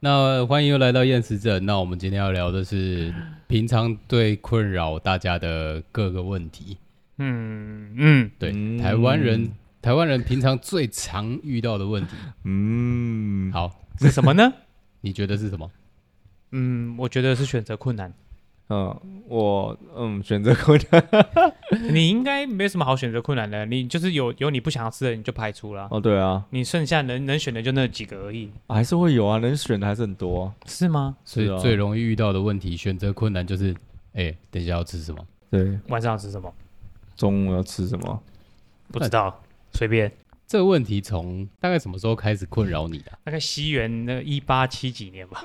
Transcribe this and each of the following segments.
那欢迎又来到厌食症。那我们今天要聊的是平常最困扰大家的各个问题。嗯嗯，对，嗯台湾人，台湾人平常最常遇到的问题。嗯，好，是什么 呢？你觉得是什么？嗯，我觉得是选择困难。嗯，我嗯选择困难。你应该没什么好选择困难的，你就是有有你不想要吃的你就排除了， 哦，对啊，你剩下能能选的就那几个而已，还是会有啊，能选的还是很多啊。是吗？所是以啊最容易遇到的问题，选择困难就是，哎、等一下要吃什么？对，晚上要吃什么？中午要吃什么？ 不知道，随便。这个问题从大概什么时候开始困扰 你的啊、大概西元那一八七几年 吧，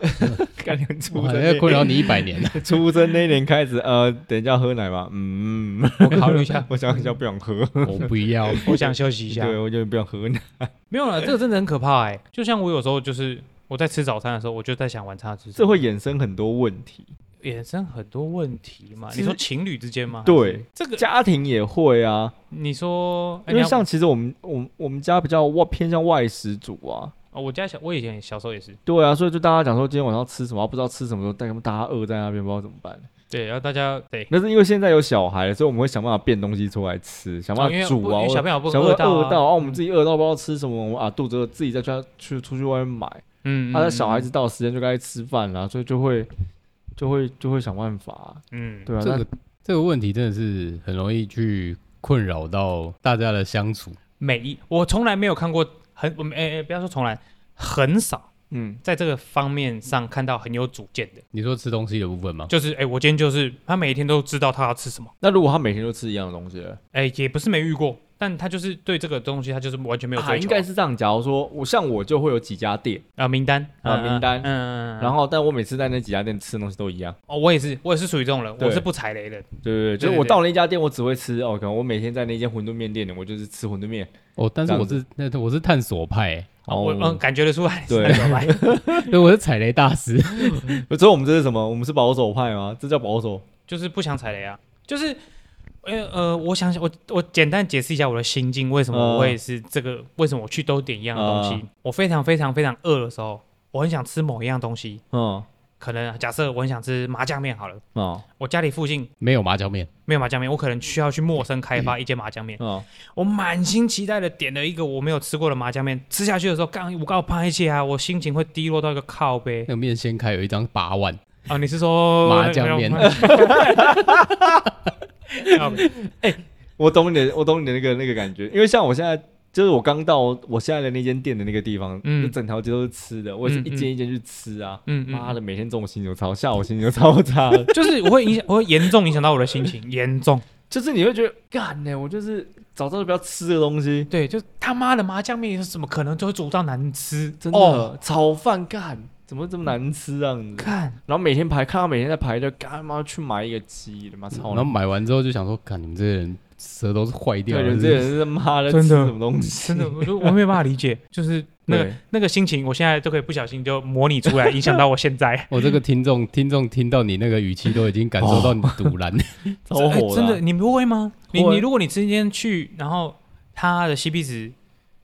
干娘出哇，生哦那那困扰你一百 年了。出生那年开始，呃，等一下喝奶吧。 嗯，，我考虑一下 我想一下，不想喝。我不要， 我想休息一下。对，我就不想喝奶。没有了，这个真的很可怕哎、就像我有时候就是我在吃早餐的时候，我就在想晚餐要吃什么，这会衍生很多问题，衍生很多问题嘛。其实你说情侣之间吗？还是对，这个，家庭也会啊。你说，哎因为你要像其实我们我们我们家比较外偏向外食族啊，哦我家小我以前小时候也是，对啊，所以就大家讲说今天晚上吃什么，不知道吃什么，但他们大家饿在那边，不知道怎么办。对，然后大家对，那是因为现在有小孩，所以我们会想办法变东西出来吃，想办哦因为法煮不啊，因为小或朋友不者想办饿法饿到到啊，啊，我们自己饿到不知道吃什么，我们啊肚子饿，自己再去去出去外面买。嗯，嗯啊，那小孩子，到时间就该吃饭啦，所以就会就会就会想办法啊，嗯，对啊，这那个这个问题真的是很容易去困扰到大家的相处。每一我从来没有看过很，我们哎哎，不要说从来，很少嗯，在这个方面上看到很有主见的，你说吃东西的部分吗？就是哎，我今天就是他每一天都知道他要吃什么。那如果他每天都吃一样的东西了，哎，也不是没遇过，但他就是对这个东西，他就是完全没有啊，追求。应该是这样。假如说我像我就会有几家店，啊，名单啊嗯名单嗯嗯，嗯然后但我每次在那几家店吃的东西都一样，哦，我也是，我也是属于这种人，对我是不踩雷的。对对对对，就是对我对到了一家店，我只会吃哦，可能我每天在那间馄饨面店里，我就是吃馄饨面。哦，但是这样我是那我是探索派、欸， 哦我嗯感觉得出来，对是那种派对，我是踩雷大师。 呃所以我们这是什么？我们是保守派吗？这叫保守？就是不想踩雷啊，就是。呃呃，我想想，我我简单解释一下我的心境，为什么嗯我会是这个？为什么我去都点一样的东西？嗯我非常非常非常饿的时候，我很想吃某一样东西，嗯，可能假设我很想吃麻酱面好了，哦，我家里附近没有麻酱面，没有麻酱面，我可能需要去陌生开发一间麻酱面。哦，我满心期待的点了一个我没有吃过的麻酱面，吃下去的时候，刚我告拍一下啊，我心情会低落到一个靠背那个面先开有一张八万，啊！你是说麻酱 面 靠北我懂你的，我懂你的那个那个感觉，因为像我现在。就是我刚到我现在的那间店的那个地方，嗯嗯，整条街都是吃的，我也是一间一间去吃啊。嗯妈嗯，的，每天中午心情都超，下午心情都超差的， 就是我会影响，我会严重影响到我的心情，严重。 就是你会觉得干呢、我就是早知道就不要吃这个东西，对，就他妈的麻酱面有什么可能就会煮到难吃？真的、哦炒饭干怎么这么难吃这样子？看然后每天排，看到每天在排队，干妈去买一个鸡的妈超然后难。买完之后就想说，看你们这些人舌头是坏掉对，了，人是这不是人是妈的真吃的什么东西？真的，我就我没有办法理解， 就是那个对那个心情，我现在都可以不小心就模拟出来，影响到我现 在。 我这个听众听众听到你那个语气都已经感受到你哦堵 然，超哎火真啊的，你不会吗？你会你如果你今天去，然后他的 CP 值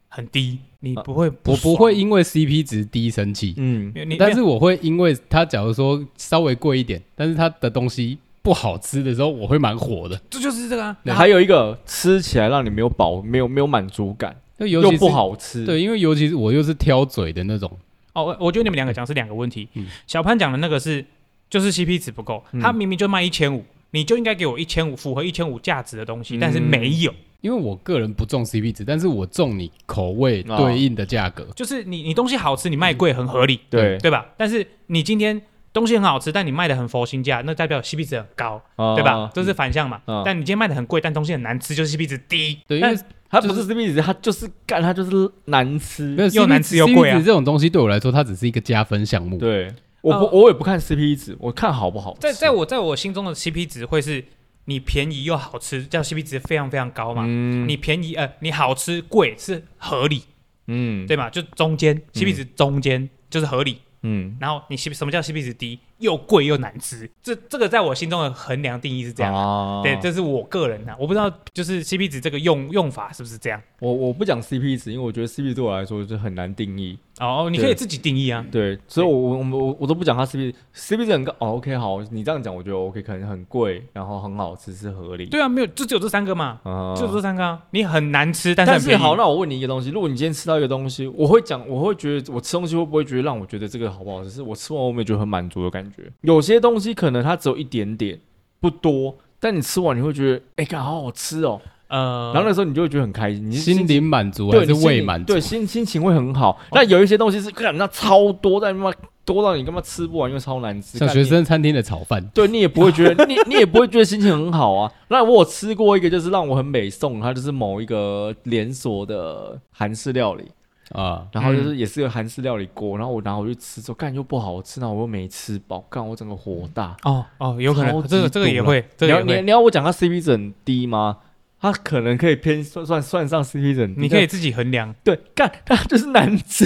很低，你不会啊不我爽不会，因为 CP 值低生气，嗯，没有你但是我会因为他假如说稍微贵一点，但是他的东西不好吃的时候，我会蛮火的。这就是这个啊。对然后还有一个吃起来让你没有饱，没有没有满足感，那尤又其是不好吃。，对，因为尤其是我又是挑嘴的那种，哦，我我觉得你们两个讲是两个问题嗯。小潘讲的那个是，就是 CP 值不够，嗯他明明就卖一千五，你就应该给我一千五，符合一千五价值的东西，嗯但是没有。因为我个人不重 CP 值，但是我重你口味哦对应的价格。就是你你东西好吃，你卖贵很合理，对对吧？但是你今天东西很好吃，但你卖的很佛心价，那代表 CP 值很高，啊对吧？这是反向嘛哦嗯。但你今天卖的很贵，但东西很难吃，就是 CP 值低。对，因但为它不是 CP 值，它就是干，它就是难没吃。有又 CP 难值吃又贵啊 CP 值这种东西对我来说，它只是一个加分项目。对，我不呃我也不看 CP 值，我看好不好吃。在在我在我心中的 CP 值会是你便宜又好吃，叫 CP 值非常非常高嘛。嗯你便宜呃，你好吃贵是合理，嗯对吧？就中间 CP 值中间就是合理。嗯然后你 C 什么叫 CP 值低？又贵又难吃，这这个在我心中的衡量定义是这样。啊对，这是我个人的、我不知道就是 CP 值这个用用法是不是这样我我不讲 CP 值，因为我觉得 CP 对我来说就很难定义。哦，你可以自己定义啊。对，所以我我我我我都不讲它 CP CP 值很高哦，OK 好，你这样讲我觉得 OK，可能很贵，然后很好吃是合理。对啊，没有，就只有这三个嘛，啊就这三个啊。你很难吃，但是但很是便宜好，那我问你一个东西，如果你今天吃到一个东西，我会讲，我会觉得我吃东西会不会觉得让我觉得这个好不好吃？是我吃完我没有觉得很满足的感觉。有些东西可能它只有一点点，不多，但你吃完你会觉得，哎、干好好吃哦。呃，然后那时候你就会觉得很开心，你是嗯心灵满足对还你是心未里满足？对心心情会很好。那有一些东西是，干那超多，但他妈多到你干嘛吃不完，又超难吃。像干学你生餐厅的炒饭，对你也不会觉得你你也不会觉得心情很好啊。那我有吃过一个就是让我很美颂，它就是某一个连锁的韩式料理，啊，然后就是也是个韩式料理锅，然后我拿回去吃之后，干又不好吃，然后我又没吃饱，干我整个火大。哦哦，有可能超级这个这个也堵了会，这你个也要你要会，你要我讲它 CP 值很低吗？它可能可以偏算算算上 CP 值很低，你可以自己衡量。但对干它就是难吃，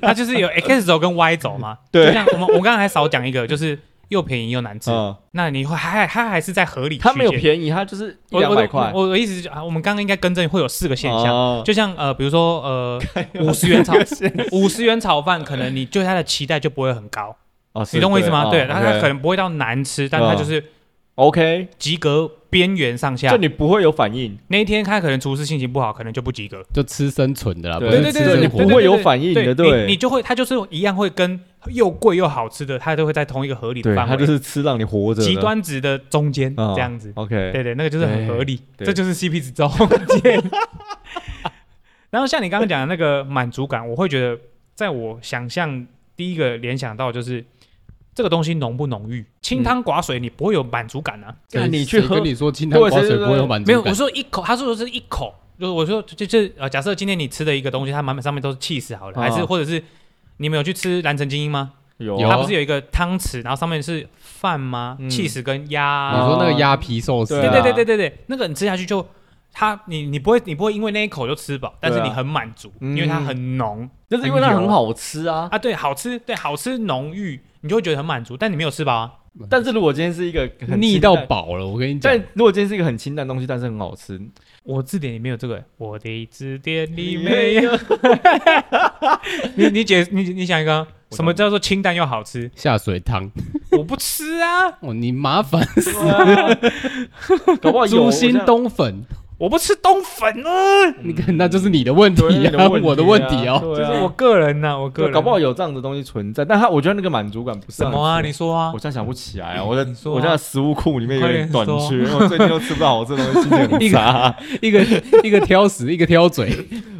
它就是有 X 轴跟 Y 轴嘛。 对就像我们我刚才还少讲一个，就是又便宜又难吃。嗯，那你会还它还是在合理区间。它没有便宜，它就是一我两百我块我我的意思是啊，我们刚刚应该更正会有四个现象，哦就像呃，比如说 呃，五十元炒现五十元炒饭，可能你对它的期待就不会很高，哦，是你懂我意思吗？哦对，它它 OK 可能不会到难吃，但它就是 OK，及格边缘上下就。你不会有反应，那一天他可能厨师心情不好，可能就不及格。就吃生存的啦，不对是对对吃对，你生不活会的。有反应的对你你就会，它就是一样会跟又贵又好吃的，它都会在同一个合理的对，范它围，就是吃让你活着的极端值的中间哦这样子。 OK，对对，那个就是很合理，对对这就是 CP 值 中间。然后像你刚刚讲的那个满足感，我会觉得，在我想象第一个联想到就是这个东西浓不浓郁，清汤寡水你不会有满足感啊。谁干你去谁喝跟你说清汤对谁寡水对不会有嗯对满没有，足我感，说一口，他说的是一口，就我说就就是呃，假设今天你吃的一个东西，它满满上面都是 cheese 好了，还是啊或者是你们有去吃蓝城精英吗？有有啊它不是有一个汤匙，然后上面是饭吗嗯？cheese 跟鸭啊，你说那个鸭皮寿司，对对啊对对对对对，那个你吃下去就它，你你不会你不会因为那一口就吃饱，但是对啊你很满足，嗯因为它很浓就是因为它很好吃啊。啊，对，好吃，对，好吃浓郁，你就会觉得很满足，但你没有吃饱啊，但是如果今天是一个很腻清到淡，饱了，我跟你讲但，如果今天是一个很清淡的东西，但是很好吃，我字典里没有这个，我的字典里没有。 你你解你你想一个啊我什么叫做清淡又好吃？下水汤，我不吃啊，哦，你麻烦死， 搞不好有猪心，冬粉，我不吃冬粉啊，你看那就是你的问我这题样啊，对我的问题哦，对这啊是我个人呐、我个对，人。搞不好有这样的东西存在，但它我觉得那个满足感不是什么啊？很足你说啊我，现在想不起来啊，我的你说啊啊我现在食物库里面有点短快缺，我最近都吃不到好吃的东西，心情很差。一个一个挑食，一个挑嘴，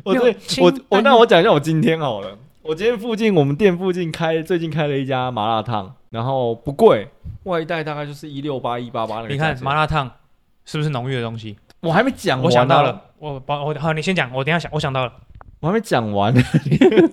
哦我没有最清我我淡那我讲一下我今天好了，我今天附近我们店附近开最近开了一家麻辣烫，然后不贵，外带大概就是一六八一八八那个价钱。你看麻辣烫是不是浓郁的东西？我还没讲完啊，我想到了，我把我好，你先讲，我等一下想，我想到了，我还没讲完。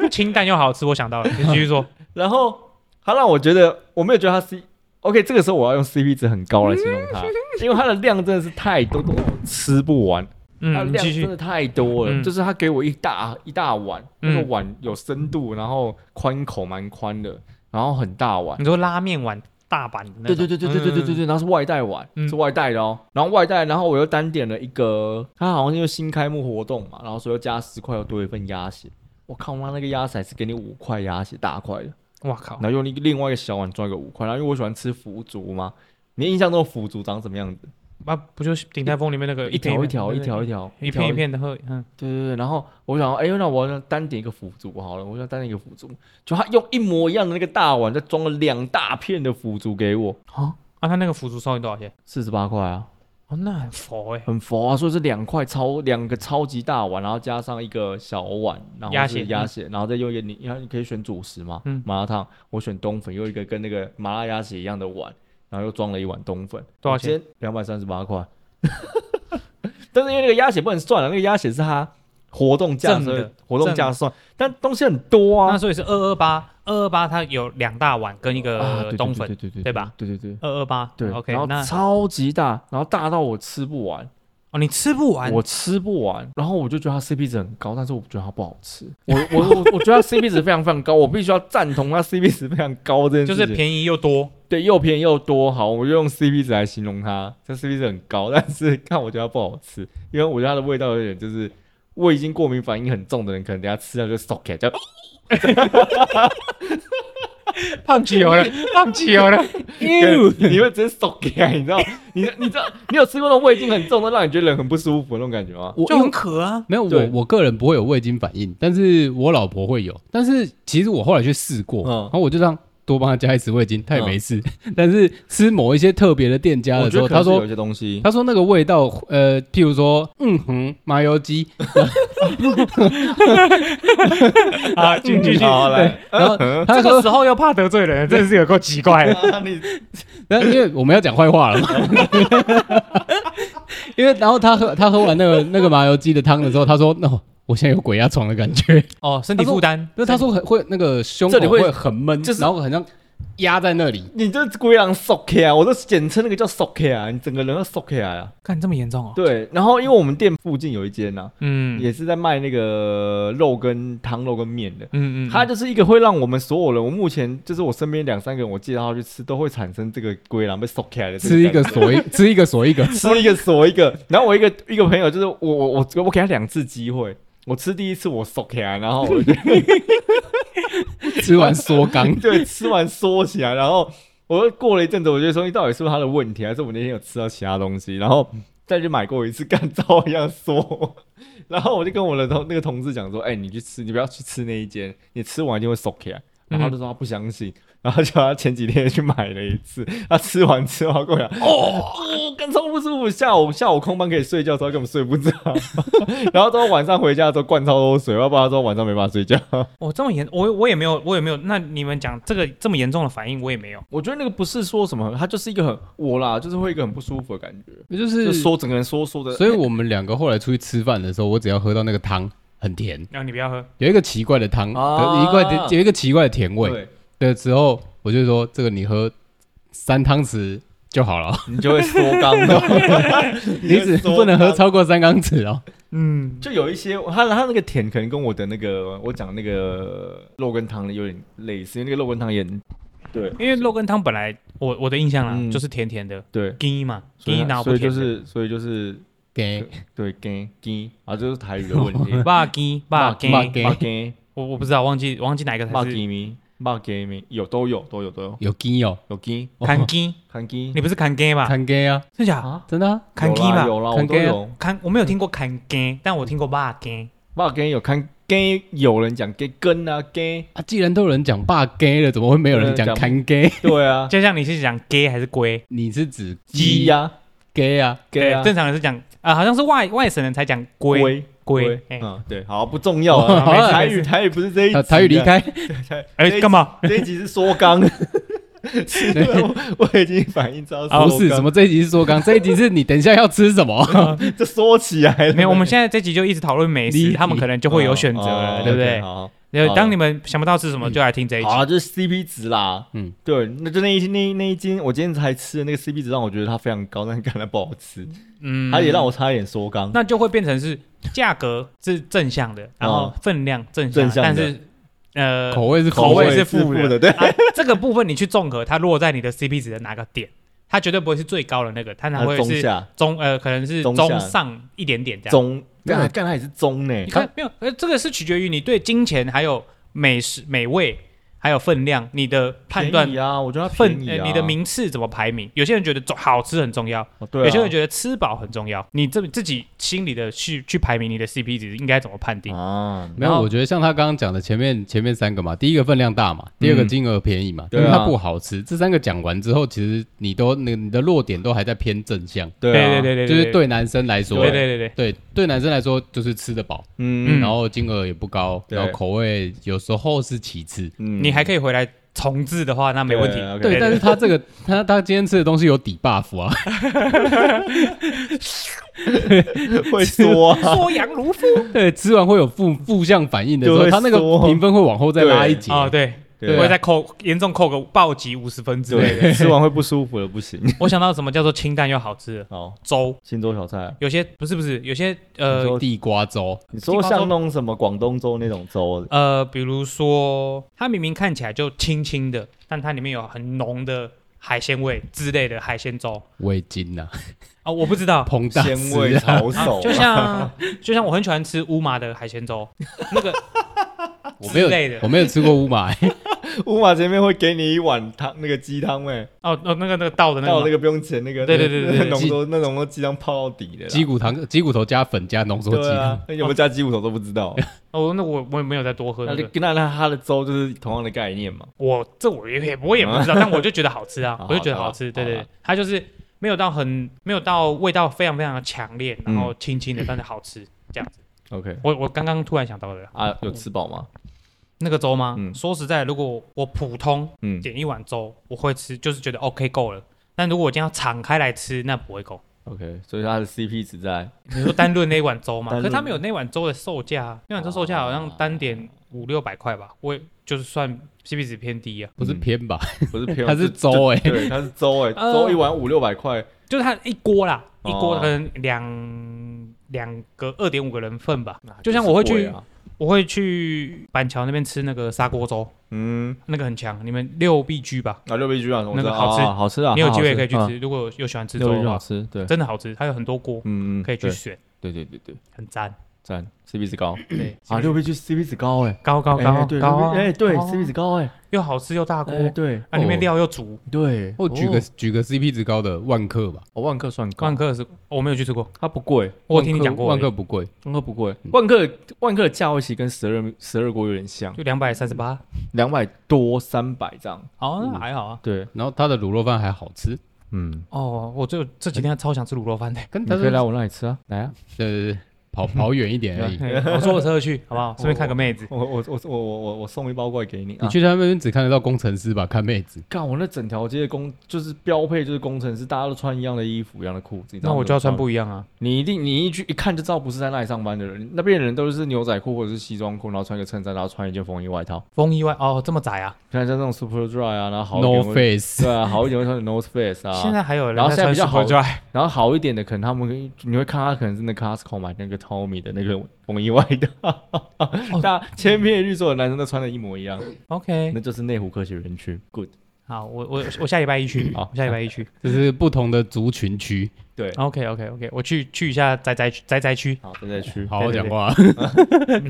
清淡又好吃，我想到了，你继续说。然后它让我觉得，我没有觉得它 C。OK，这个时候我要用 CP 值很高来形容嗯它，因为它的量真的是太多，多到我吃不完。 它嗯，你量继真续。的太多了，嗯就是它给我一大一大碗，那嗯个碗有深度，然后宽口蛮宽的，然后很大碗。你说拉面碗大版的那对种，对对对对对对对嗯，对，然后是外带碗，嗯是外带的哦。然后外带，然后我又单点了一个，它好像因为新开幕活动嘛，然后所以又加十块，又多一份鸭血。我靠妈，那个鸭血还是给你五块鸭血，大块的，嗯哇靠然，后用另另外一个小碗装一个五块。然后因为我喜欢吃腐竹嘛，你印象中的腐竹长什么样子？那啊不就是鼎泰丰里面那个一条一片条一片条一条一片一。片的喝，嗯，对对对，然后我想，哎、那我要单点一个腐竹好了，我要单点一个腐竹，就他用一模一样的那个大碗，再装了两大片的腐竹给我，啊，啊，他那个腐竹烧你多少钱？四十八块啊。哦，那很佛哎，很佛啊，所以是两块超两个超级大碗，然后加上一个小碗，然后鸭是血鸭嗯血，然后再用一个你，然后你可以选主食嘛，嗯麻辣烫，我选冬粉，用一个跟那个麻辣鸭血一样的碗，然后又装了一碗冬粉，多少钱？两百三十八块。 但是因为那个鸭血不能算啊了，那个鸭血是它活动价，赠所以的活动赠价算，但东西很多哦那啊，所以是二二八，二二八它有两大碗跟一啊个对冬对粉，对对对对吧？对对对二二八，对，OK，然后那超级大，然后大到我吃不完。哦你吃不完，我吃不完，然后我就觉得它 CP 值很高，但是我觉得它不好吃。我我我我觉得它 CP 值非常非常高，我必须要赞同它 CP 值非常高这件就事是情。便宜又多，对又便宜又多，好，我就用 CP 值来形容它，这 CP 值很高，但是 看我觉得它不好吃，因为我觉得它的味道有点就是。胃已经过敏反应很重的人，可能等一下吃下就 s o c k 就 胖起油了，胖起油 了，你会直接手给啊，你知道？你你知道你有吃过那种味精很重的，让你觉得人很不舒服的那种感觉吗？我就很渴 啊。没有我对我个人不会有味精反应，但是我老婆会有。但是其实我后来去试过，嗯然后我就让多帮她加一次味精，她也嗯没事。 但是吃某一些特别的店家我的时觉候，得她说有些东西，他说那个味道，呃，譬如说，嗯哼，麻油 鸡，啊，继继续。好 来，然后他这个说，时候要怕得罪人，真的是有够奇 怪的。啊你然后因为我们要讲坏话了嘛， 因为然后他喝他喝完那个那个麻油鸡的汤的时候，他说，那、哦我现在有鬼压床的感觉， 哦，身体负担因为他说很会那个胸这里口会会很闷，就是然后很像压在那里，你这龟狼 s o k 啊，我都简称那个叫 s o k 啊，你整个人要 s o k 啊。看这么严重哦。对，然后因为我们店附近有一间呐、嗯也是在卖那个肉跟汤、肉跟面的。嗯嗯，它就是一个会让我们所有人，我目前就是我身边两三个人，我介绍他去吃，都会产生这个龟狼被 s o k 来的这吃一个感觉锁一吃一个锁一个，吃一个锁一个。然后我一个一个朋友就是我我我我给他两次机会，我吃第一次我 s o k 啊，然后我就，吃完缩肛 对，吃完缩起来，然后 我又过了一阵子，我就说，到底是不是他的问题，还是我那天有吃到其他东西？然后再去买过一次，干照样缩。 然后我就跟我的同那个同事讲说，哎、你去吃，你不要去吃那一间，你吃完就会缩起来。然后他就说他不相信，然后就他前几天去买了一次， 他吃完之后过来，哦，干超不舒服。下午下午空班可以睡觉的时候根本睡不着， 然后到晚上回家的时候灌超多水，要不然他说晚上没办法睡觉。我哦这么严，我我也没有，我也没有。那你们讲这个这么严重的反应，我也没有。我觉得那个不是说什么，他就是一个很我啦，就是会一个很不舒服的感觉，就，就是缩整个人缩缩的。所以我们两个后来出去吃饭的时候，我只要喝到那个汤很甜。然后你不要喝，有一个奇怪的汤，啊有一怪的有一个奇怪的甜味哎对，的时候，我就说这个你喝三汤匙就好 了，你就会缩肛了， 你只不能喝。超过三汤匙哦。嗯，就有一些，他他那个甜可能跟我的那个我讲那个肉羹汤有点类似，因为那个肉羹汤也对因为肉羹汤本来我我的印象嗯啦，就是甜甜的，对，鸡嘛，所以鸡它脑所不以就甜的，是所以就是给对羹羹啊，这是台语的问 题。霸鸡霸鸡，肉羹骂羹我我不知道，忘记忘记哪一个骂才是羹咪骂羹咪有都有都有都有有鸡哦，有羹砍鸡，看羹你不是砍鸡吧？看给啊，真假？啊，真的啊砍鸡有啦吧？有啦，我看都羹啊有。砍我没有听过砍鸡，但我听过霸鸡。爸跟有看跟有人讲跟跟啊跟，啊！既然都有人讲霸给了，怎么会没有人有讲人讲看给？对啊，就像你是讲鸡还是龟？你是指鸡呀给啊？跟啊正常人是讲啊，好像是外外省人才讲龟龟龟。哎哦嗯对，好不重要啊，好啊没事台语台语不是这一集啊啊台语离，开，哎，干嘛？这一集是缩肛， 是的我啊我已经反应到不是什么这一集是说刚，这一集是你等一下要吃什么？ 就缩起 来了，没有，我们现在这集就一直讨论美离食，题他们可能就会有选择哦了，对不哦，OK，对？哎好然后好的当你们想不到吃什么，就来听这一集好。啊，就是 CP 值啦，嗯嗯，对，那就那一那一那一斤，我今天才吃的那个 CP 值让我觉得它非常高，但是看它不好吃，嗯，它也让我差一点缩肛，那就会变成是价格是正向的，然后分量正向正的，向的但是呃口味是口味味是负负的的，对，啊这个部分你去综合，它落在你的 CP 值的哪个点，它绝对不会是最高的那个，它它会中是下中呃可能是中下中上一点点这样。中，对啊干干它也是中呢，你看没有？呃，这个是取决于你对金钱、还有美食、美味、还有分量，你的判断便宜啊，我觉得它分便、宜呃啊，你的名次怎么排名？有些人觉得重好吃很重要，哦，对啊，有些人觉得吃饱很重要。你这自己心里的去去排名你的 CP 值应该怎么判定？啊，没有，然后我觉得像他刚刚讲的前面前面三个嘛，第一个分量大嘛，第二个金额便宜嘛，对因啊为它不好吃。这三个讲完之后，其实你都你你的弱点都还在偏正向， 对对啊对对对，就是对男生来说，啊对对对对，对对男生来说就是吃得饱，嗯然后金额也不高，对然后口味有时候是其次。嗯你还可以回来重置的话，那没问题。对对，但是他这个他他今天吃的东西有底 buff 啊， 会说啊，缩阳如 父 对，吃完会有负负向反应的时就候，会他那个缩评分会往后再拉一对截。啊，对，对不啊会再扣严重扣个暴击五十分之类的。 对，吃完会不舒服的，不行。我想到什么叫做清淡又好吃的好，粥，新州小菜，有些不是不是，有些你呃说地瓜粥，你说像那种什么广东粥那种 粥，呃，比如说它明明看起来就清清的，但它里面有很浓的海鲜味之类的海鲜粥味精啊，啊，我不知 道。膨大鲜汁味啊，炒啊 手，就像就像我很喜欢吃乌麻的海鲜粥，那个我没有之类的啊我没有吃过乌马、欸乌马前面会给你一碗汤，那个鸡汤哎，哦哦，那个那个倒的那到那个个不用钱那个，对对对对对那浓缩那浓缩鸡汤泡到底的啦， 鸡骨汤、鸡骨头加粉加浓缩鸡对汤啊，，那有没有加鸡骨头都不知道。嘛，哦，那我我也没有再多喝那那就个， 那那它的粥就是同样的概念嘛，我这我也也我也不知道，但我就觉得好吃 啊好，我就觉得好好吃吃，对好对好对，它就是没有到很没有到味道非常非常的强烈，然嗯后轻轻的，但是好吃。 OK 我我刚刚突然想到的啊，有吃饱吗？那个粥吗？嗯说实在，如果我普通嗯，点一碗粥，我会吃，就是觉得 OK 够了。但如果我今天要敞开来吃，那不会够。 OK，所以它嗯的 CP 值在你说单论那碗粥 嘛？单可论哦是他们有那碗粥的售价啊，那碗粥售价好像单点五六百块吧，我也就是算 CP 值偏低啊。不是嗯偏吧？ 不 是偏，它是粥哎、欸对，它是粥哎、呃粥一碗五六百块，就是它一锅啦，哦一锅可能两两个二点五个人份吧。那就像我会就是去贵啊我会去板桥那边吃那个砂锅粥，嗯，那个很强，你们六必居吧，啊六必居啊，我那知个道好吃啊好吃啊，你有机会它可好吃以去啊吃。如果有喜欢吃六粥必居的好话，吃，对，真的好吃，它有很多锅嗯嗯，可以去对选，对对对对，很 赞。赞，CP 值高对啊，六必居 CP 值高哎，高高哎高对高啊，哎对高啊 CP 值高哎，又好吃又大锅，哎对，啊，里面哦料又足。对，我举个、哦举个 CP 值高的万克吧，哦万克算高万，克是我没有去吃过，它不贵，我有听你讲过而万已，克不贵，万克不贵，嗯万克万克的价位其实跟十二十二锅有点像，就两百三十八。两百多三百这样，哦，那还好啊。对，然后它的卤肉饭还好吃，嗯，哦，我这这几哎天超想吃卤肉饭 的，跟你它可以是来我那里吃啊，来啊。对对对，跑跑远一点而已。嘿我坐我车去，好不好？哦顺便看个妹子。 我我我我我我我送一包过来给你啊嗯你！去他那边只看得到工程师吧，看妹子。干我那整条街的工就是标配就是工程师，大家都穿一样的衣服、一样的裤子，你知道那我吗就要穿。不一样啊！你一定你一去一看就知道不是在那里上班的人，那边的人都是牛仔裤或者是西装裤，然后穿一个衬衫，然后穿一件风衣外套。风衣外哦，这么窄啊！像像那种 Super Dry 啊，然后好一点 No 会 face， 对啊，好一点会穿 North Face 现啊。在还有人然后现在比较好 dry，然后好一点的，可能他们你会看他可能是那 Costco 买那个 Tommy 的那个风衣外套，哦 大家千篇一律所有男生都穿的一模一样， OK，那就是内湖科学园区。Good，好，我我我下礼拜一去，好我下礼拜一 去。就是不同的族群区。对，，OK OK OK，我去去一下宅宅宅宅区 好，正在去。好好讲话。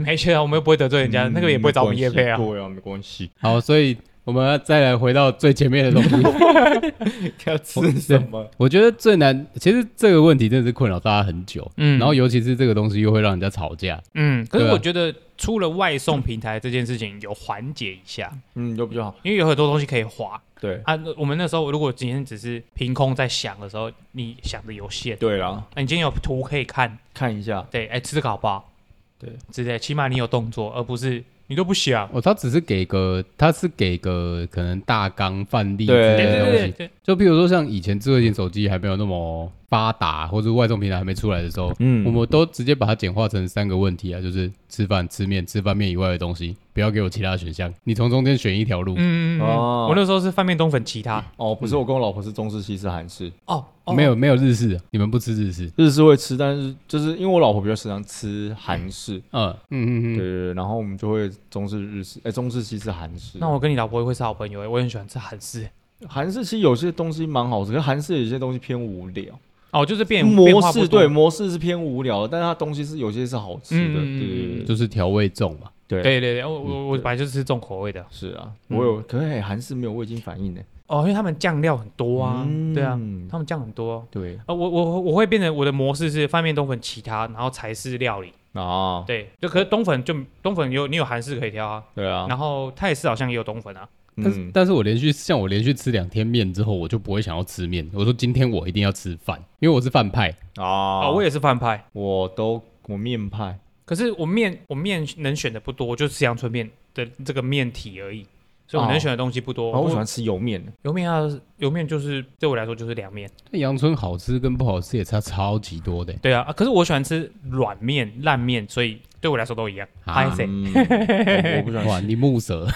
没去啊，我们又不会得罪人家，那个也不会找我们叶配啊。对嗯啊，没关 系。 好，所以我们再来回到最前面的东西。 要吃什么？我觉得最难，其实这个问题真的是困扰大家很久。嗯然后尤其是这个东西又会让人家吵架。嗯，可是对啊我觉得出了外送平台这件事情有缓解一下，嗯，有比较好。因为有很多东西可以划对，啊。那我们那时候如果今天只是凭空在想的时候，你想的有限，对啦，啊你今天有图可以看，看一下。对，哎，吃这个好不好？对，之类，起码你有动作，而不是你都不想。哦，他只是给个，他是给个可能大纲范例之类对对的对东对西。对，就譬如说，像以前智慧型手机还没有那么发达，或者外送平台还没出来的时候，我嗯，们都直接把它简化成三个问题啊，就是吃饭、吃面、吃饭面以外的东西，不要给我其他选项，你从中间选一条路。嗯嗯嗯，哦我那时候是翻面冬粉其他，哦，不是，我跟我老婆是中式、西式、韩式，哦，哦没有没有日式的，你们不吃日式？日式会吃，但是就是因为我老婆比较时常吃韩式，嗯嗯对嗯嗯，对对，然后我们就会中式、日式，哎，中式、西式、韩式。那我跟你老婆也会是好朋友欸，我也很喜欢吃韩式。韩式其实有些东西蛮好吃，可是韩式有些东西偏无聊。哦，就是变变模化不式多对模式是偏无聊的，但是它东西是有些是好吃的，嗯嗯嗯对对对就是调味重嘛。对对，对对对，我我我本来就是吃重口味的。是啊，嗯我有，可是哎韩式没有味精反应呢。哦，因为他们酱料很多啊，嗯对啊，他们酱很多。对呃，我我我会变成我的模式是翻面冬粉其他，然后台式料理。啊，对，就可是冬粉就冬粉有你有韩式可以挑啊，对啊，然后泰式好像也有冬粉啊。嗯但是、但是我连续像我连续吃两天面之后，我就不会想要吃面。我说今天我一定要吃饭，因为我是饭派。啊，啊，我也是饭派，我都我面派，可是我面我面能选的不多，我就吃阳春面的这个面体而已，所以我哦能选的东西不多。然后我喜欢吃油面的，油面啊，油面就是对我来说就是凉面。但阳春好吃跟不好吃也差超级多的、对啊，啊可是我喜欢吃软面、烂面，所以对我来说都一样。啊拍谁？ 嗯我我不喜哇，欢吃，你木蛇，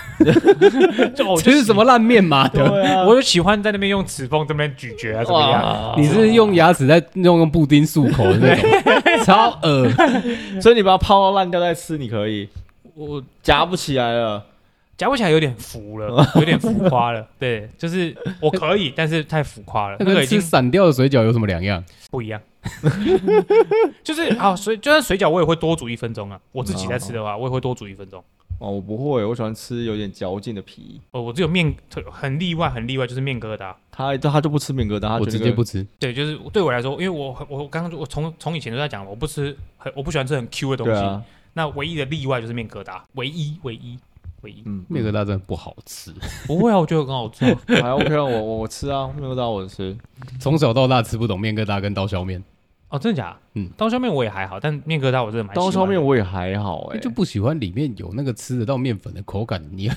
就我这就是什么烂面麻的？对啊，我就喜欢在那边用齿缝这边咀嚼啊，怎么样？哇你是用牙齿在用用布丁漱口的那种，超恶。所以你把它泡到烂掉再吃，你可以我夹不起来了，夹不起来有点浮哦了，有点浮夸 了。对，就是我可以，但是太浮夸了，那那个跟已经吃散掉的水饺有什么两样？不一样。 就是啊，所以就算水饺我也会多煮一分钟啊，我自己在吃的话，我也会多煮一分钟。哦，我不会，我喜欢吃有点嚼劲的皮。哦，我只有面很例外，很例外就是面疙瘩。他他就不吃面疙瘩，他我觉得直那接个不吃。对，就是对我来说，因为我我刚刚就我从从以前都在讲，我不吃很我不喜欢吃很 Q 的东对西。啊，那唯一的例外就是面疙瘩，唯一唯一唯一。嗯，面疙瘩真的不好吃，不会啊，我觉得很好吃、啊。还 OK 啊，我我我吃啊，面疙瘩我吃。从小到大吃不懂面疙瘩跟刀削面，哦，真的假的？嗯刀削面我也还好，但面疙瘩我真的蛮喜欢刀的削面我也还好哎、就不喜欢里面有那个吃得到面粉的口感，你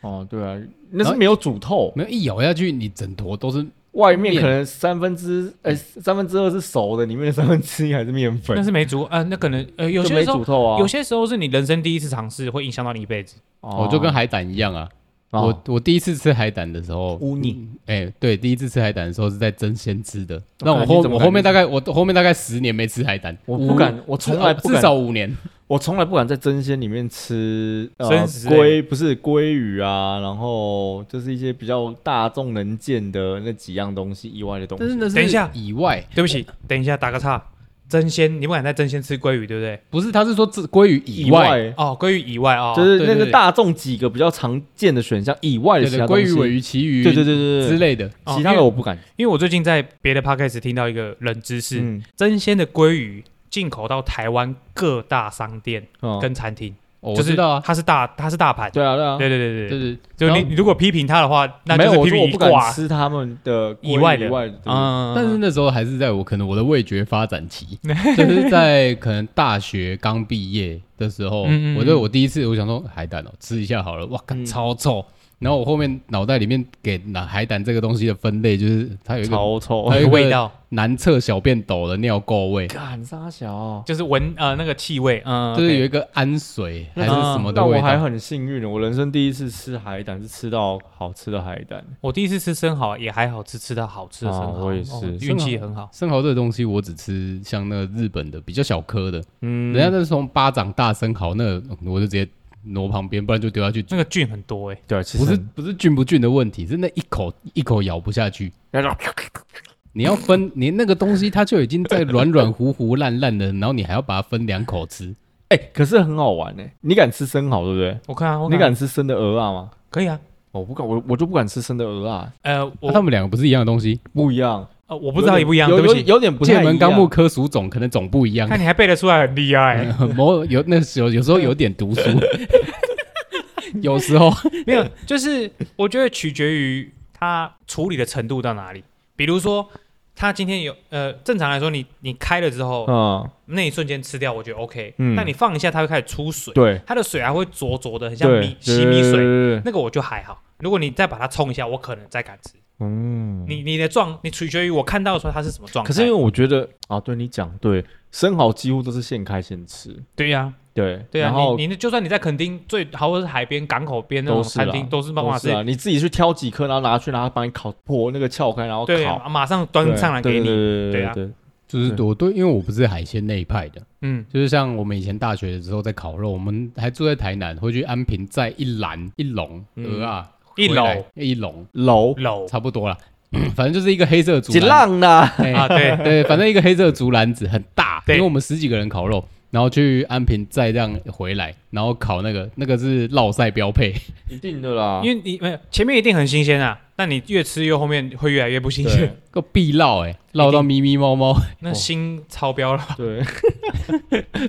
哦，对啊，那是没有煮透，没有一咬下去，你整坨都是外面面可能三分之哎、三分之二是熟的，里面的三分之一还是面粉那，是没煮，呃，那可能呃有就些没时候煮透啊。有些时候是你人生第一次尝试，会影响到你一辈子。哦，就跟海胆一样啊。哦我我第一次吃海胆的时候，污泥嗯，哎、对，第一次吃海胆的时候是在争先吃的。那看我你后怎么我感后面大概我后面大概十年没吃海胆，嗯我不敢，我从来不至敢，少五年。我从来不敢在真鲜里面吃呃生食类鲑，不是鲑鱼啊，然后就是一些比较大众能见的那几样东西以外的东但是西。那等一下是以外，对不起，等一下打个岔。真鲜，你不敢在真鲜吃鲑鱼，对不对？不是他是说这鲑鱼以以外，外，哦，鲑鱼以外哦，就是对那对个对大众几个比较常见的选项以外的对其对，他东鲑西，鱼、尾鱼、旗鱼，对对对对之对，类的。哦其他因为的我不敢。因为我最近在别的 podcast 听到一个冷知识，嗯真鲜的鲑鱼进口到台湾各大商店哦跟餐厅，哦就我是知道啊，它是大它是大盘，对啊对啊，对对对就对，是就然你嗯后你如果批评它的话，那没就有，是我批说评我一不敢挂吃他们的以外的以外的东西。嗯，但是那时候还是在我可能我的味觉发展 期，就是在可能大学刚毕业的时候，嗯嗯嗯我对我第一次我想说海胆哦，吃一下好了，哇，干嗯超臭。然后我后面脑袋里面给拿海胆这个东西的分类，就是它有一个超臭 还，有一个味道男厕小便斗的尿垢味，干啥小？就是闻呃那个气味，嗯，就是 OK 有一个氨水还啊那是什么的那味我还道。很幸运，我人生第一次吃海胆是吃到好吃的海胆。我第一次吃生蚝也还好吃，吃到好吃的生蚝，啊我也是哦运气也很好。生蚝这个东西，我只吃像那个日本的比较小颗的，嗯，人家那是从巴掌大生蚝，那个我就直接挪旁边，不然就丢下去那个菌很多哎、对，其不实是不是俊不俊的问题，是那一口一口咬不下去。你要分，你那个东西它就已经在软软糊糊烂烂的，然后你还要把它分两口吃。哎、可是很好玩哎、你敢吃生蚝对不对？我看啊，我你看啊敢吃生的鹅啊吗？可以啊？我不敢，我我就不敢吃生的鹅啊，呃，那我、他们两个不是一样的东西，不一样，呃我不知道一不一样，有对有不有起。有点不太界一样门纲目科属种可能种不一样看，你还背得出来，很厉害、 欸 某有那时候有时候有点读书，有时候没有，就是我觉得取决于它处理的程度到哪里。比如说，它今天有呃，正常来说你，你开了之后，嗯，那一瞬间吃掉，我觉得 OK、嗯但你放一下，它会开始出水，对它的水还会浊浊的，很像对米，洗米对对水，对对那个我就还好。如果你再把它冲一下，我可能再敢吃。嗯。你你的状，你取决于我看到的时候它是什么状态。可是因为我觉得啊，对你讲对，生蚝几乎都是现开现吃，对呀、对对呀、然后你你就算你在垦丁最好，或是海边、港口边那种都是啦餐厅，都是办法都是啊，你自己去挑几颗，然后拿去，然后帮你烤破那个撬开，然后对，啊烤马上端上来给对你。对对对啊对对就是我对，因为我不是海鲜那一派的，嗯，就是像我们以前大学的时候在烤肉，我们还住在台南，会去安平载一篮一笼鹅啊，一回来篓一笼，楼篓差不多啦， 反正就是一个黑色的竹几篮浪啦，哎啊， 对，对，反正一个黑色的竹篮子很大，对因为我们十几个人烤肉，然后去安平再这样回来，然后烤那个那个是烙赛标配，一定的啦因为你没有前面一定很新鲜啊，但你越吃越后面会越来越不新鲜对，个必烙哎、烙到咪咪猫猫， 那新超标 了。对，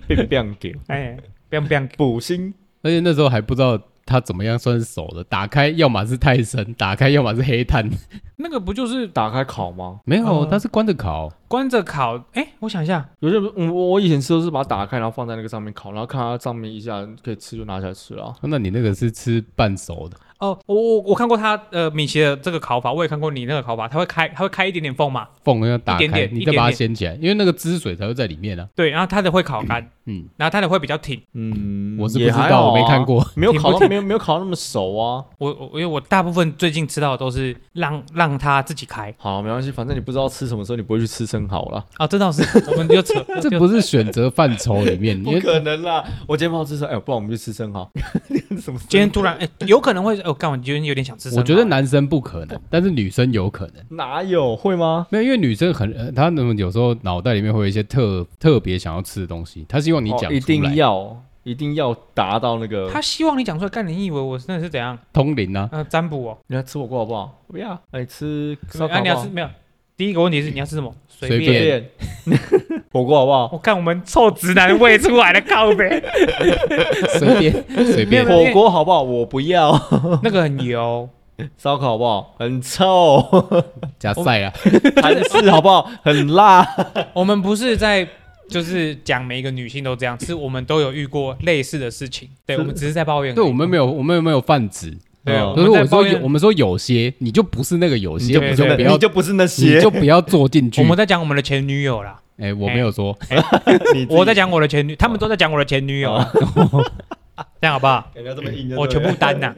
被 biang 给哎，不要不要，补锌，而且那时候还不知道它怎么样算是熟的，打开要么是泰森， 打开要么是黑炭，哦那个不就是打开烤吗？ 没有嗯，它是关着烤，关着烤？哎，我想一下，有些不嗯我我以前吃都是把它打开，然后放在那个上面烤，然后看它上面一下可以吃就拿起来吃了。哦那你那个是吃半熟的，哦，我我我看过他呃米奇的这个烤法，我也看过你那个烤法，它会开它会开一点点缝嘛，缝要打一点开，点你再把一它点掀起来，因为那个汁水才会在里面啊。对，然后它的会烤干，嗯，然后它的会比较挺。嗯我是不也知还好道，啊我没看，过。没有烤挺不到没有没有烤到那么熟啊。我我因为我大部分最近吃到的都是让让它自己开好，没关系，反正你不知道吃什么时候，你不会去吃生蚝啦。哦啊，这倒是我们就扯， 这就不是选择范畴里面，因不为可能啦！我今天不好吃生，哎、不然我们去吃生蚝。什么生今天突然哎、有可能会哦，干我今天有点想吃生蚝。我觉得男生不可能，但是女生有可能。哪有会吗？没有，因为女生很，呃她们有时候脑袋里面会有一些特特别想要吃的东西，她希望你哦讲出来。一定要，一定要达到那个。他希望你讲出来，干你以为我真的是怎样？通灵啊，呃，占卜哦，你要吃火锅好不好？我不要，哎，吃烧烤啊，你好不要吃好？没有？第一个问题是你要吃什么？随随便 火锅好不好？我看我们臭直男喂出来的靠 呗，随便随没便有没有火锅好不好？我不要。那个很油，烧烤好不好？很臭。加塞啊，韩式好不好？很辣。我们不是在就是讲每一个女性都这样，是我们都有遇过类似的事情。对，我们只是在抱怨而已。对我们没有我们有没有泛指？对，啊所以我嗯们我在抱说有，我怨，们说有些，你就不是那个有些，你你就就不是不要你，就不是那你些，就不要坐进去我。们在讲我们的前女友啦，哎，我没有说， 你自己哦我在讲我的前女，他们都在讲我的前女友哦啊，这样好 不好？感觉这么硬就对了，我全部啊担呐，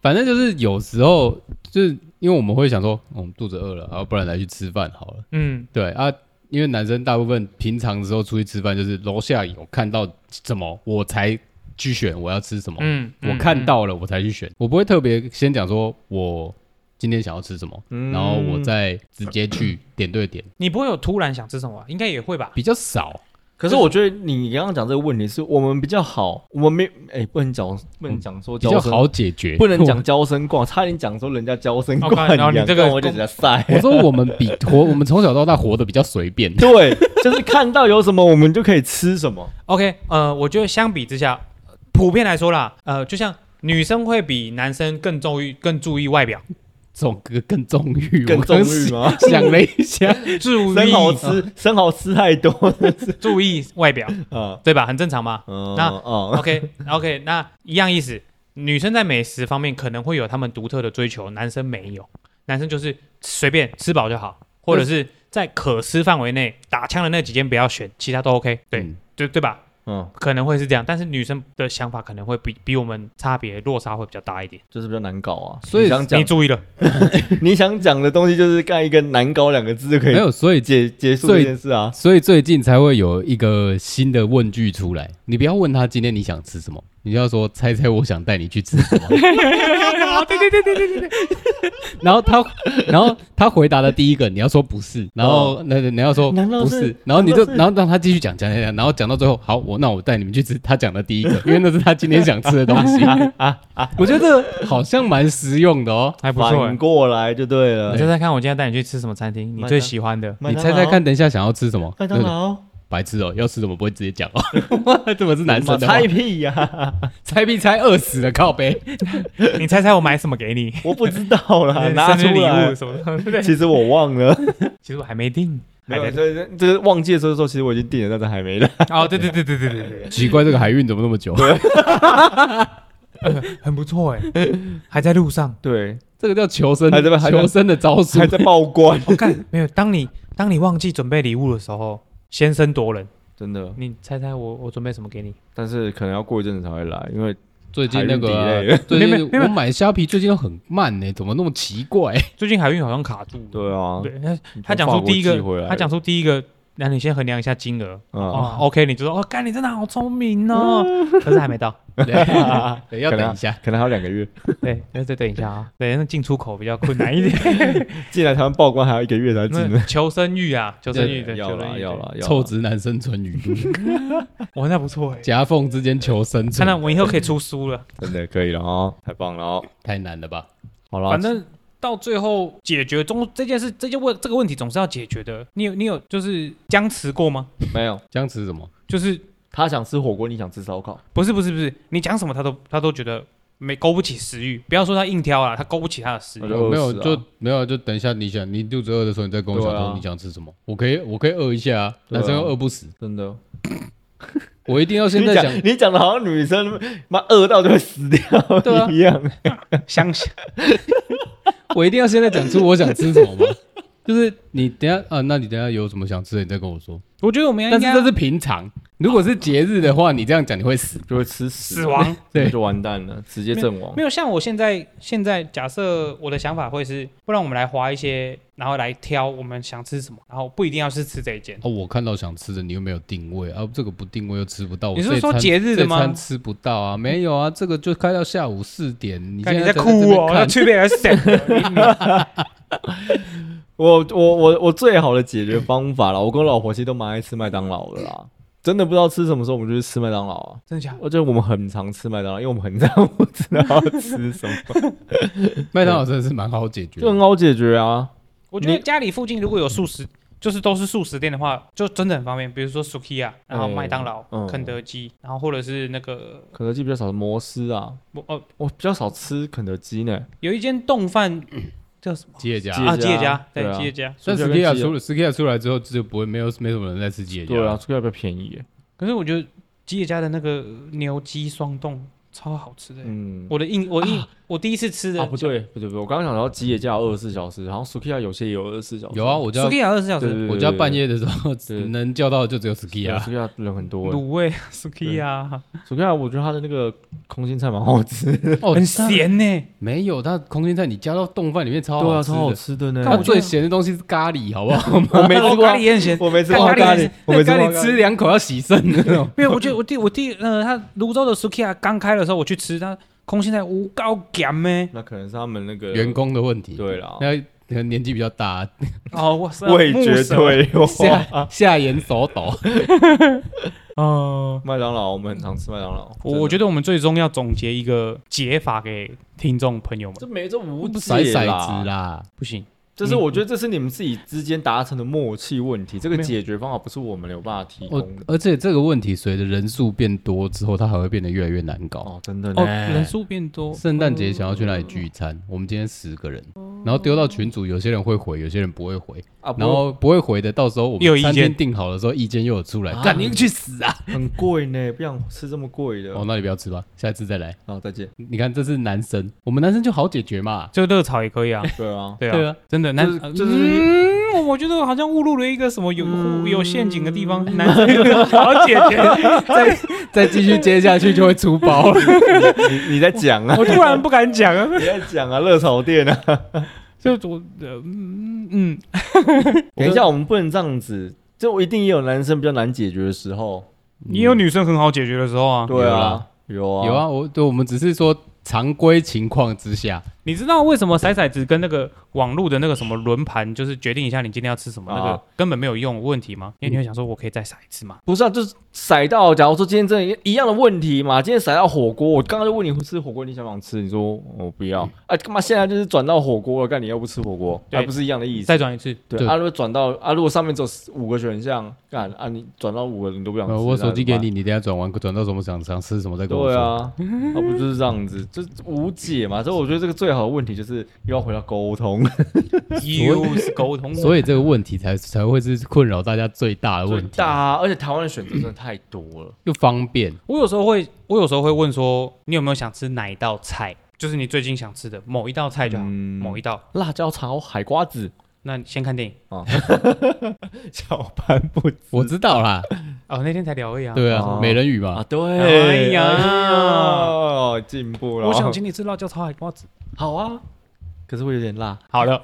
反正就是有时候就是因为我们会想说，嗯，肚子饿了，然后不然来去吃饭好了。嗯，对啊，因为男生大部分平常的时候出去吃饭，就是楼下有看到什么，我才去选我要吃什么。嗯，哦我看到了我才去选，我不会特别先讲说我今天想要吃什么，嗯然后我再直接去点对点，你不会有突然想吃什么啊，应该也会吧？比较少。 可是我觉得你刚刚讲这个问题是我们比较好，我们没哎、不能讲不能讲说比娇较生，好解决，。不能讲。娇生惯，差点讲说人家娇生哦惯看一然后样，你这个我就公在晒我说我们比活，我们从小到大活得比较随便。 对，就是看到有什么我们就可以吃什么。 OK，呃，我觉得相比之下，普遍来说啦，呃，就像女生会比男生更注意更注 意外表，重更更重欲，更我重刚欲吗？ 想了一下，注生蚝意吃生蚝吃太多注意外表，啊，对吧？很正常嘛。嗯那 哦， OK OK，那一样意思。女生在美食方面可能会有她们独特的追求，男生没有。男生就是随便吃饱就好，或者是在可吃范围内打枪的那几间不要选，其他都 OK 对。嗯对对吧？嗯，可能会是这样，但是女生的想法可能会比比我们差别落差会比较大一点。就是比较难搞啊。所以你想你讲注意了，你想讲的东西就是干一个难搞两个字就可没以有，所以结结束所以这件事啊。所以最近才会有一个新的问句出来。你不要问他今天你想吃什么，你就要说猜猜我想带你去吃 什么。对对对对对对对，然后他，然后他回答的第一个，你要说不是，然后那、你要说哦难道不是是，然后你就难道是然后让他继续讲讲讲讲，然后讲到最后，好，我那我带你们去吃他讲的第一个，因为那是他今天想吃的东 西。我觉得好像蛮实用的哦。还不错反欸。过来就对你了。猜猜看，我今天带你去吃什么餐厅？你麦最当喜欢的？你猜猜看，等一下想要吃什么？麦当对劳，白痴哦，要吃什么不会直接讲哦。 这么是男生的话猜，屁呀、猜必猜饿死的靠背。你猜猜我买什么给你？我不知道啦， 拿 生出日哎礼来物。哎什么的？对不 对？其实我忘了，其实我还没定，没还有，在这这这忘记的时候说，其实我已经定了，但是还没来。哦，对对对对对对对奇怪，这个海运怎么那么久？ 对， 很不错哎，还在路上。对，这个叫求生还在还，在求生的招数 还。在报关，我 看哦没有，当你当你忘记准备礼物的时候，先声夺人。真的。你猜猜我我准备什么给你？但是可能要过一阵子才会来，因为最近那个海运啊 delay 最没有近没有我买虾皮最近都很慢呢，怎么那么奇怪？ 最近海运好像卡住了。对啊，对，他你从他讲出第一法国寄回个，来他讲出第一个，那你先衡量一下金额。啊，哦，OK，你就说哦，干你真的好聪明 哦，可是还没到。对，要可能等一下。可能还有两个月，对，那再等一下啊，对，那进出口比较困难一 点。进来台湾报关还要一个月才进那 呢。求生欲啊，求生欲对，要求生啦欲要啦，要臭啦。直男生存语录， 对哇，那不错哎。夹缝之间求生看来存，我以后可以出书了。真的可以了啊，太棒了啊！太难了吧？好了，反正到最后解决中这件事，这件问这个问题总是要解决的。你有你有就是僵持过吗？没有，僵持什么？就是他想吃火锅，你想吃烧烤，不是不是不是，你讲什么他都他都觉得没勾不起食欲。不要说他硬挑啊，他勾不起他的食我 欲就。饿死啊没有，就没有，就等一下。你想，你肚子饿的时候，你再跟我讲对啊说你想吃什么。我可以，我可以饿一下啊，对啊男生又饿不死。真的。我一定要现你在讲讲，你讲的好像女生妈饿到就会死掉对啊一样。相信 我一定要现在讲出我想吃什么吗？ 就是你等一下啊，那你等一下有什么想吃的，你再跟我说。我觉得我们应但是该这是平常，如果是节日的话，你这样讲你会死。就会吃死死亡。对就完蛋了，直接阵亡没。有像我现在现在假设我的想法会是，不然我们来划一些，然后来挑我们想吃什么，然后不一定要是吃这一间。哦，我看到想吃的，你又没有定位啊，这个不定位又吃不到。你我是这一说餐节日的吗这一餐吃不到啊，没有啊，这个就开到下午四点。你看现你在在哭哦，在要这边看去别人省。 我我我我最好的解决方法啦，我跟我老婆其实都蛮爱吃麦当劳的啦。真的不知道吃什么时候，我们就去吃麦当劳啊。真的假的？而且我们很常吃麦当劳，因为我们很常不知道要吃什 么，麦当劳真的是蛮好解决就的，很好解决啊。我觉得家里附近如果有素食，就是都是素食店的话，就真的很方便。比如说 Sukiya，然后麦当劳、嗯肯德基，然后或者是那个肯德基比较少摩斯啊，我哦，我比较少吃肯德基呢。有一间冻饭叫什么吉野家。嗯吉野啊？家吉野家，对对，啊吉野家。但薯 s 条跟 k i a 鸡啊肉出 s k i a 出来之后，就不会没有没什么人在吃吉野家。对啊，，这个要比较便宜耶。可是我觉得吉野家的那个牛鸡双冻超好吃的。欸嗯，我的印，我印，我第一次吃的啊不对不对不对，我刚刚想到吉野家有二十四小时，好像 Sukiya 有些也有二十四小时。有啊，我叫，Sukiya 二十四小对时对对我叫半夜的时候对能叫到的就只有啊 s k i 对 a ，Sukiya 人很多欸耶。卤味啊 Sukiya，啊 Sukiya 啊我觉得它的那个空心菜蛮好吃，对哦，很它咸欸呢。没有，它空心菜你加到冻饭里面超啊，好吃超好的。吃的呢。但它我最咸的东西是咖喱，好不好？ 我没吃哦过咖喱也很咸，我没吃看过咖咖喱也喱是，我没吃咖过喱吃两口要洗肾的那种。因为我记得我第我第呃，他泸州的 Sukiya 刚开的时候，我去吃，它空心菜无高咸欸呢。那可能是他们那个 员工的问题，对啦，那可能年纪比较大，哦，哇塞，味觉对。退化。下下眼手抖。哦，麦当劳我们很常吃麦当劳，我我觉得得我们最终要总结一个解法给听众朋友们，这没这无解甩骰啦子啦，不行，就是我觉得这是你们自己之间达成的默契问题，这个没有解决方法不是我们有办法提我供的。而且这个问题随着人数变多之后，它还会变得越来越难搞。哦，真的呢哦，人数变多，圣诞节想要去哪里聚餐？我们今天十个人，然后丢到群组，有些人会回，有些人不会回，哦啊，不然后不会回的，到时候我又们有意餐见厅订好的时候，意见又有出来，啊赶紧去死啊！很贵呢，不想吃这么贵的。哦，那你不要吃吧，下一次再来。然后再见。你看，这是男生，我们男生就好解决 嘛。就热炒也可以 啊。对啊，对对啊啊，真的就是男就是嗯，我觉得好像误入了一个什么有有陷阱的地方，男生 有好解决。再再继续接下去就会出包了。你你在讲 啊，我突然不敢讲啊，你在讲啊，热炒店啊。 就我呃嗯嗯，等一下，我们不能这样子，就一定也有男生比较难解决的时候。也有女生很好解决的时候啊。对有啊啦，有啊，有啊，我对我们只是说常规情况之下，你知道为什么骰骰子跟那个网络的那个什么轮盘，就是决定一下你今天要吃什么，那啊个根本没有用问题吗？因为你会想说，我可以再骰一次嘛。不是啊，就是甩到，假如说今天真的一样的问题嘛，今天甩到火锅，我刚刚就问你吃火锅，你想不想吃？你说我不要，啊，干嘛现在就是转到火锅了？干你要不吃火锅，对还不是一样的意嗯思？再转一次，对，对啊，如果转到啊，如果上面只有十五个选项，干啊，你转到五个你都不想吃，呃，我手机给那怎么你，你等一下转完转到什么想想吃什么再跟我办。对说。啊，那、不就是这样子，这无解嘛。所以我觉得这个最好的问题就是又要回到沟通，又是沟通。所以这个问题才才会是困扰大家最大的问题，大、啊，而且台湾的选择真的太多了。又方便。我有时候会，我有时候会问说，你有没有想吃哪一道菜？就是你最近想吃的某一道菜就好，嗯某一道。辣椒炒海 瓜子，那你先看电影小潘不我知道啦，哦，那天才聊而已啊。对哦啊，美人鱼嘛啊，，对，哎呀哎呀，进步了。我想请你吃辣椒炒海瓜子。好啊，可是会有点辣。好 了，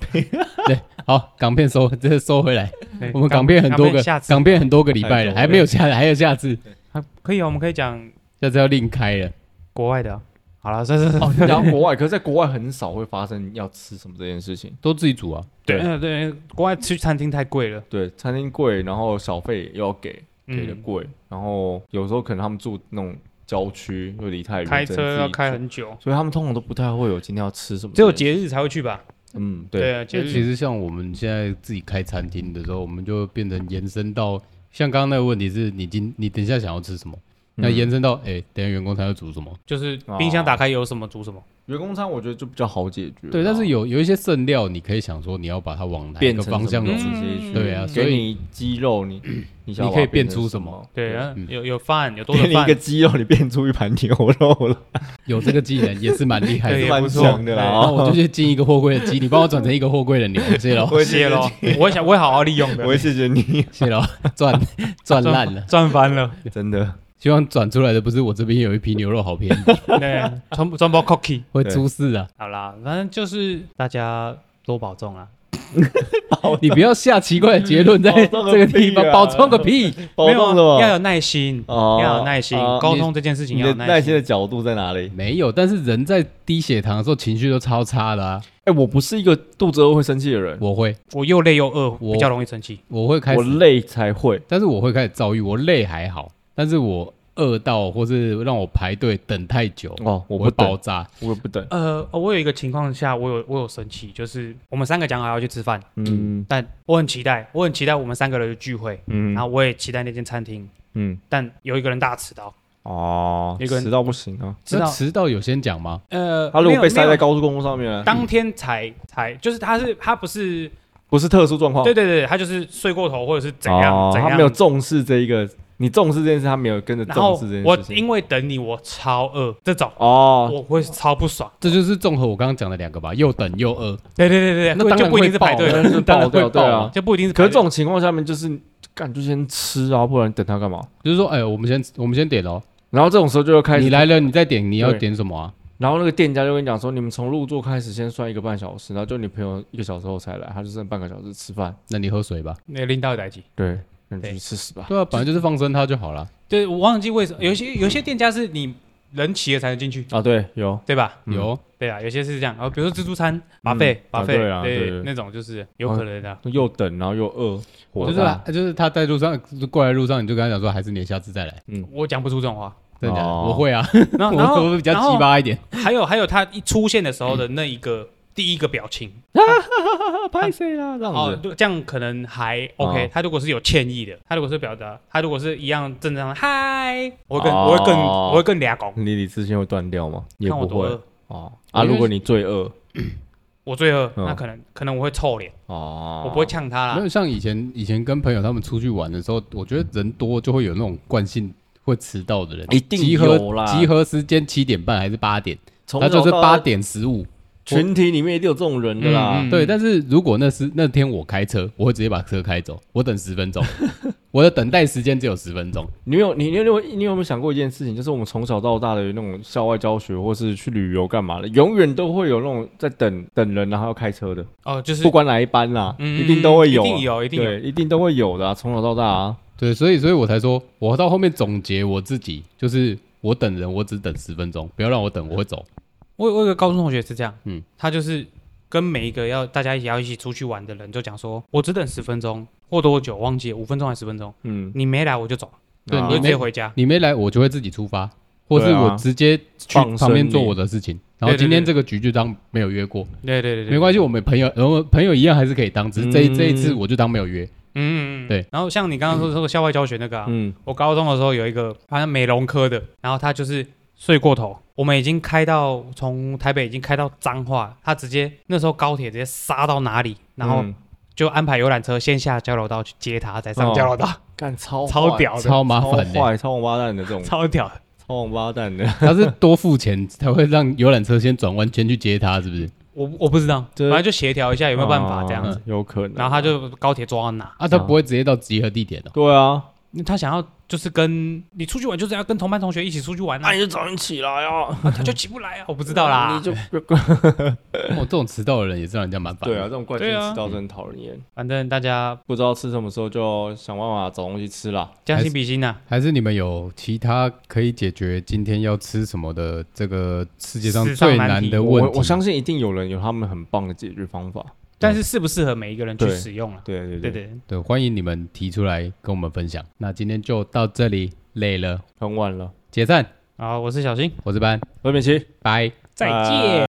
好，港片收，这收回来。对哎我们港片很多个下，次港片很多个礼拜了，还还有没有下，还有下次，啊可以啊，我们可以讲下次要另开了。国外的啊。好了，算是哦，然后国外，可是在国外很少会发生要吃什么这件事情。都自己煮啊，对 嗯对，国外吃餐厅太贵了。对，餐厅贵，然后小费又要给，给的嗯，贵，然后有时候可能他们住那种郊区，又离太远，开只能自车己要开煮，很久，所以他们通常都不太会有今天要吃什么。只有，节日才会去吧？嗯，对，对啊，节就其日。实像我们现在自己开餐厅的时候，我们就变成延伸到，像刚刚那个问题是你今你等一下想要吃什么，那嗯延伸到哎，等一下员工他要煮什么？就是哦冰箱打开有什么煮什么，员工餐我觉得就比较好解决啦。对，但是有有一些剩料，你可以想说你要把它往哪一啊变个成方向什么煮嗯，直接去对啊所给以你鸡肉， 你你想要你可以把它变变出成什么么？对啊，嗯有有饭，有多给的 你一饭个，鸡肉，你变出一盘 牛肉了，有这个技能也是蛮厉害对的也。蛮不错爽的啦。对然哦后我就去进一个货柜的鸡，你帮我转成一个货柜的牛，谢喽，我谢咯，我会想，我会好好利用的我。会谢谢你，谢喽，赚赚烂了。赚翻 了，真的。希望转出来的不是我这边有一批牛肉好便宜，对，啊赚赚包 cookie。会出事啊！好啦，反正就是大家多保重啦。你不要下奇怪的结论，在保重个这个地屁方啊保重个屁。保没有重啊的吧要有耐心，哦要有耐心啊，沟通这件事情你要的有耐耐心心。的角度在哪里？没有，但是人在低血糖的时候情绪都超差的啊。哎、我不是一个肚子饿会生气的人，我会，我又累又饿，我比较容易生气。我会开嗯我始，累才会。但是我会开始遭遇。我累还好，但是我饿到或是让我排队等太久，哦，我我不会等爆，炸。我也不等。呃，我有一个情况下，我有我有生气，就是我们三个讲好要去吃饭，嗯但我很期待，我很期待我们三个人的聚会，嗯然后我也期待那间餐厅，嗯，但有一个人大迟到，哦，一个人迟到不行啊。迟那到迟到有先讲吗？呃，他如没果有被塞没在有高速公路上面呢，当天才才就是他是他不是不是特殊状况，对对对，他就是睡过头或者是怎样、哦怎样，他没有重视这一个，你重视这件事，他没有跟着然后重视这件我事情。因为等你，我超饿，这种哦，我会超不爽。这就是综合我刚刚讲的两个吧，又等又饿。对对对对，那当然就不一定会是排队爆啊了，那是当然爆掉会爆对啊嘛就不一定是可排是这队。种情况下面就是干就先吃啊，不然等他干嘛？就是说，哎、我们先我们先点哦，然后这种时候就会开始你来了你再点，你要对点什么啊？然后那个店家就跟你讲说，你们从入座开始先算一个半小时，然后就你朋友一个小时后才来，他就剩半个小时吃饭。那你喝水吧。那拎到的代际，对，那你就对去吃屎吧。对啊，本来就是放生它就好了。对我忘记为什么有些有些店家是你人齐了才能进去，啊，对，有对吧？嗯有对啊，有些是这样。然后比如说自助餐、巴费、啊巴费对啊对哦对那种就是有可能的。又等，然后又饿，火就是大他就是他在路上过来路上，你就跟他讲说，还是你下次再来。我讲不出这种话。真的假的，哦我会啊， 然后然我后我会比较然后鸡巴一点。还有还有他一出现的时候的那一个第一个表情，啊，拍谁啦？这哦样，子，对这样可能还 OK、哦他如果是有歉意的，他如果是表达，他如果是一样正常的嗨，我会更、我会更哦我会更俩拱，你理智线会断掉吗？也看我不多会饿，哦。啊，如果你罪恶我最饿，嗯那可能可能我会臭脸，哦，我不会呛他没啦。有像以前以前跟朋友他们出去玩的时候，我觉得人多就会有那种惯性会迟到的人，一定集合有啦集合时间七点半还是八点，从他就是小到八大点十五。群体里面一定有这种人的啦。嗯对，但是如果那是那天我开车，我会直接把车开走，我等十分钟，我的等待时间只有十分钟。你有你你有你有你有没有想过一件事情，就是我们从小到大的那种校外教学，或是去旅游干嘛的，永远都会有那种在等等人，然后要开车的，哦，就是不管哪一班啦，嗯一定都会有啊，一定有一定有对，一定都会有的、啊，从小到大啊，对，所以所以我才说，我到后面总结我自己，就是我等人，我只等十分钟，不要让我等，我会走。我有我有个高中同学是这样，嗯嗯，他就是跟每一个要大家一起要一起出去玩的人就讲说，我只等十分钟或多或久忘记了五分钟还是十分钟，嗯，你没来我就走，对啊我你就直接没回家。你没来，我就会自己出发，或是对啊我直接去放生旁边做你我的事情。然后对对今天对这个局就当没有约过，对对对对，没关系，我们朋友，然后朋友一样还是可以当，只是这一嗯这一次我就当没有约。嗯，嗯嗯对。然然后像你刚刚说说的校外教学那个啊，嗯，我高中的时候有一个好像美容科的，然后他就是睡过头，我们已经开到从台北已经开到彰化，他直接那时候高铁直接杀到哪里，然后嗯就安排游览车先下交流道去接他，再上哦交流道，干、超超坏，屌的，超麻超烦的、坏，超王八蛋的这种，超屌的。超王八蛋的，他是多付钱才会让游览车先转弯先去接他，是不是？我我不知道，这反正就协调一下有没有办法啊这样子。有可能。然后他就高铁抓到哪，啊，他啊不会直接到集合地点哦、对啊，他想要就是跟你出去玩，就是要跟同班同学一起出去玩啊，就早点起来啊，啊他就起不来啊，我不知道啦。嗯就哦，这种迟到的人也是让人家蛮烦。对啊，这，种惯性对啊迟到真的讨人厌。反正大家不知道吃什么时候就想办法找东西吃啦。将心比心啊呐、还是你们有其他可以解决今天要吃什么的这个世界上史上最难难题的我问我题？我相信一定有人有他们很棒的解决方法。但是适不适合每一个人去对使用啊？对对对对，对，欢迎你们提出来跟我们分享。那今天就到这里，累了，很晚了，解散。好，我是小新，我是班，何美琪，拜。再拜见。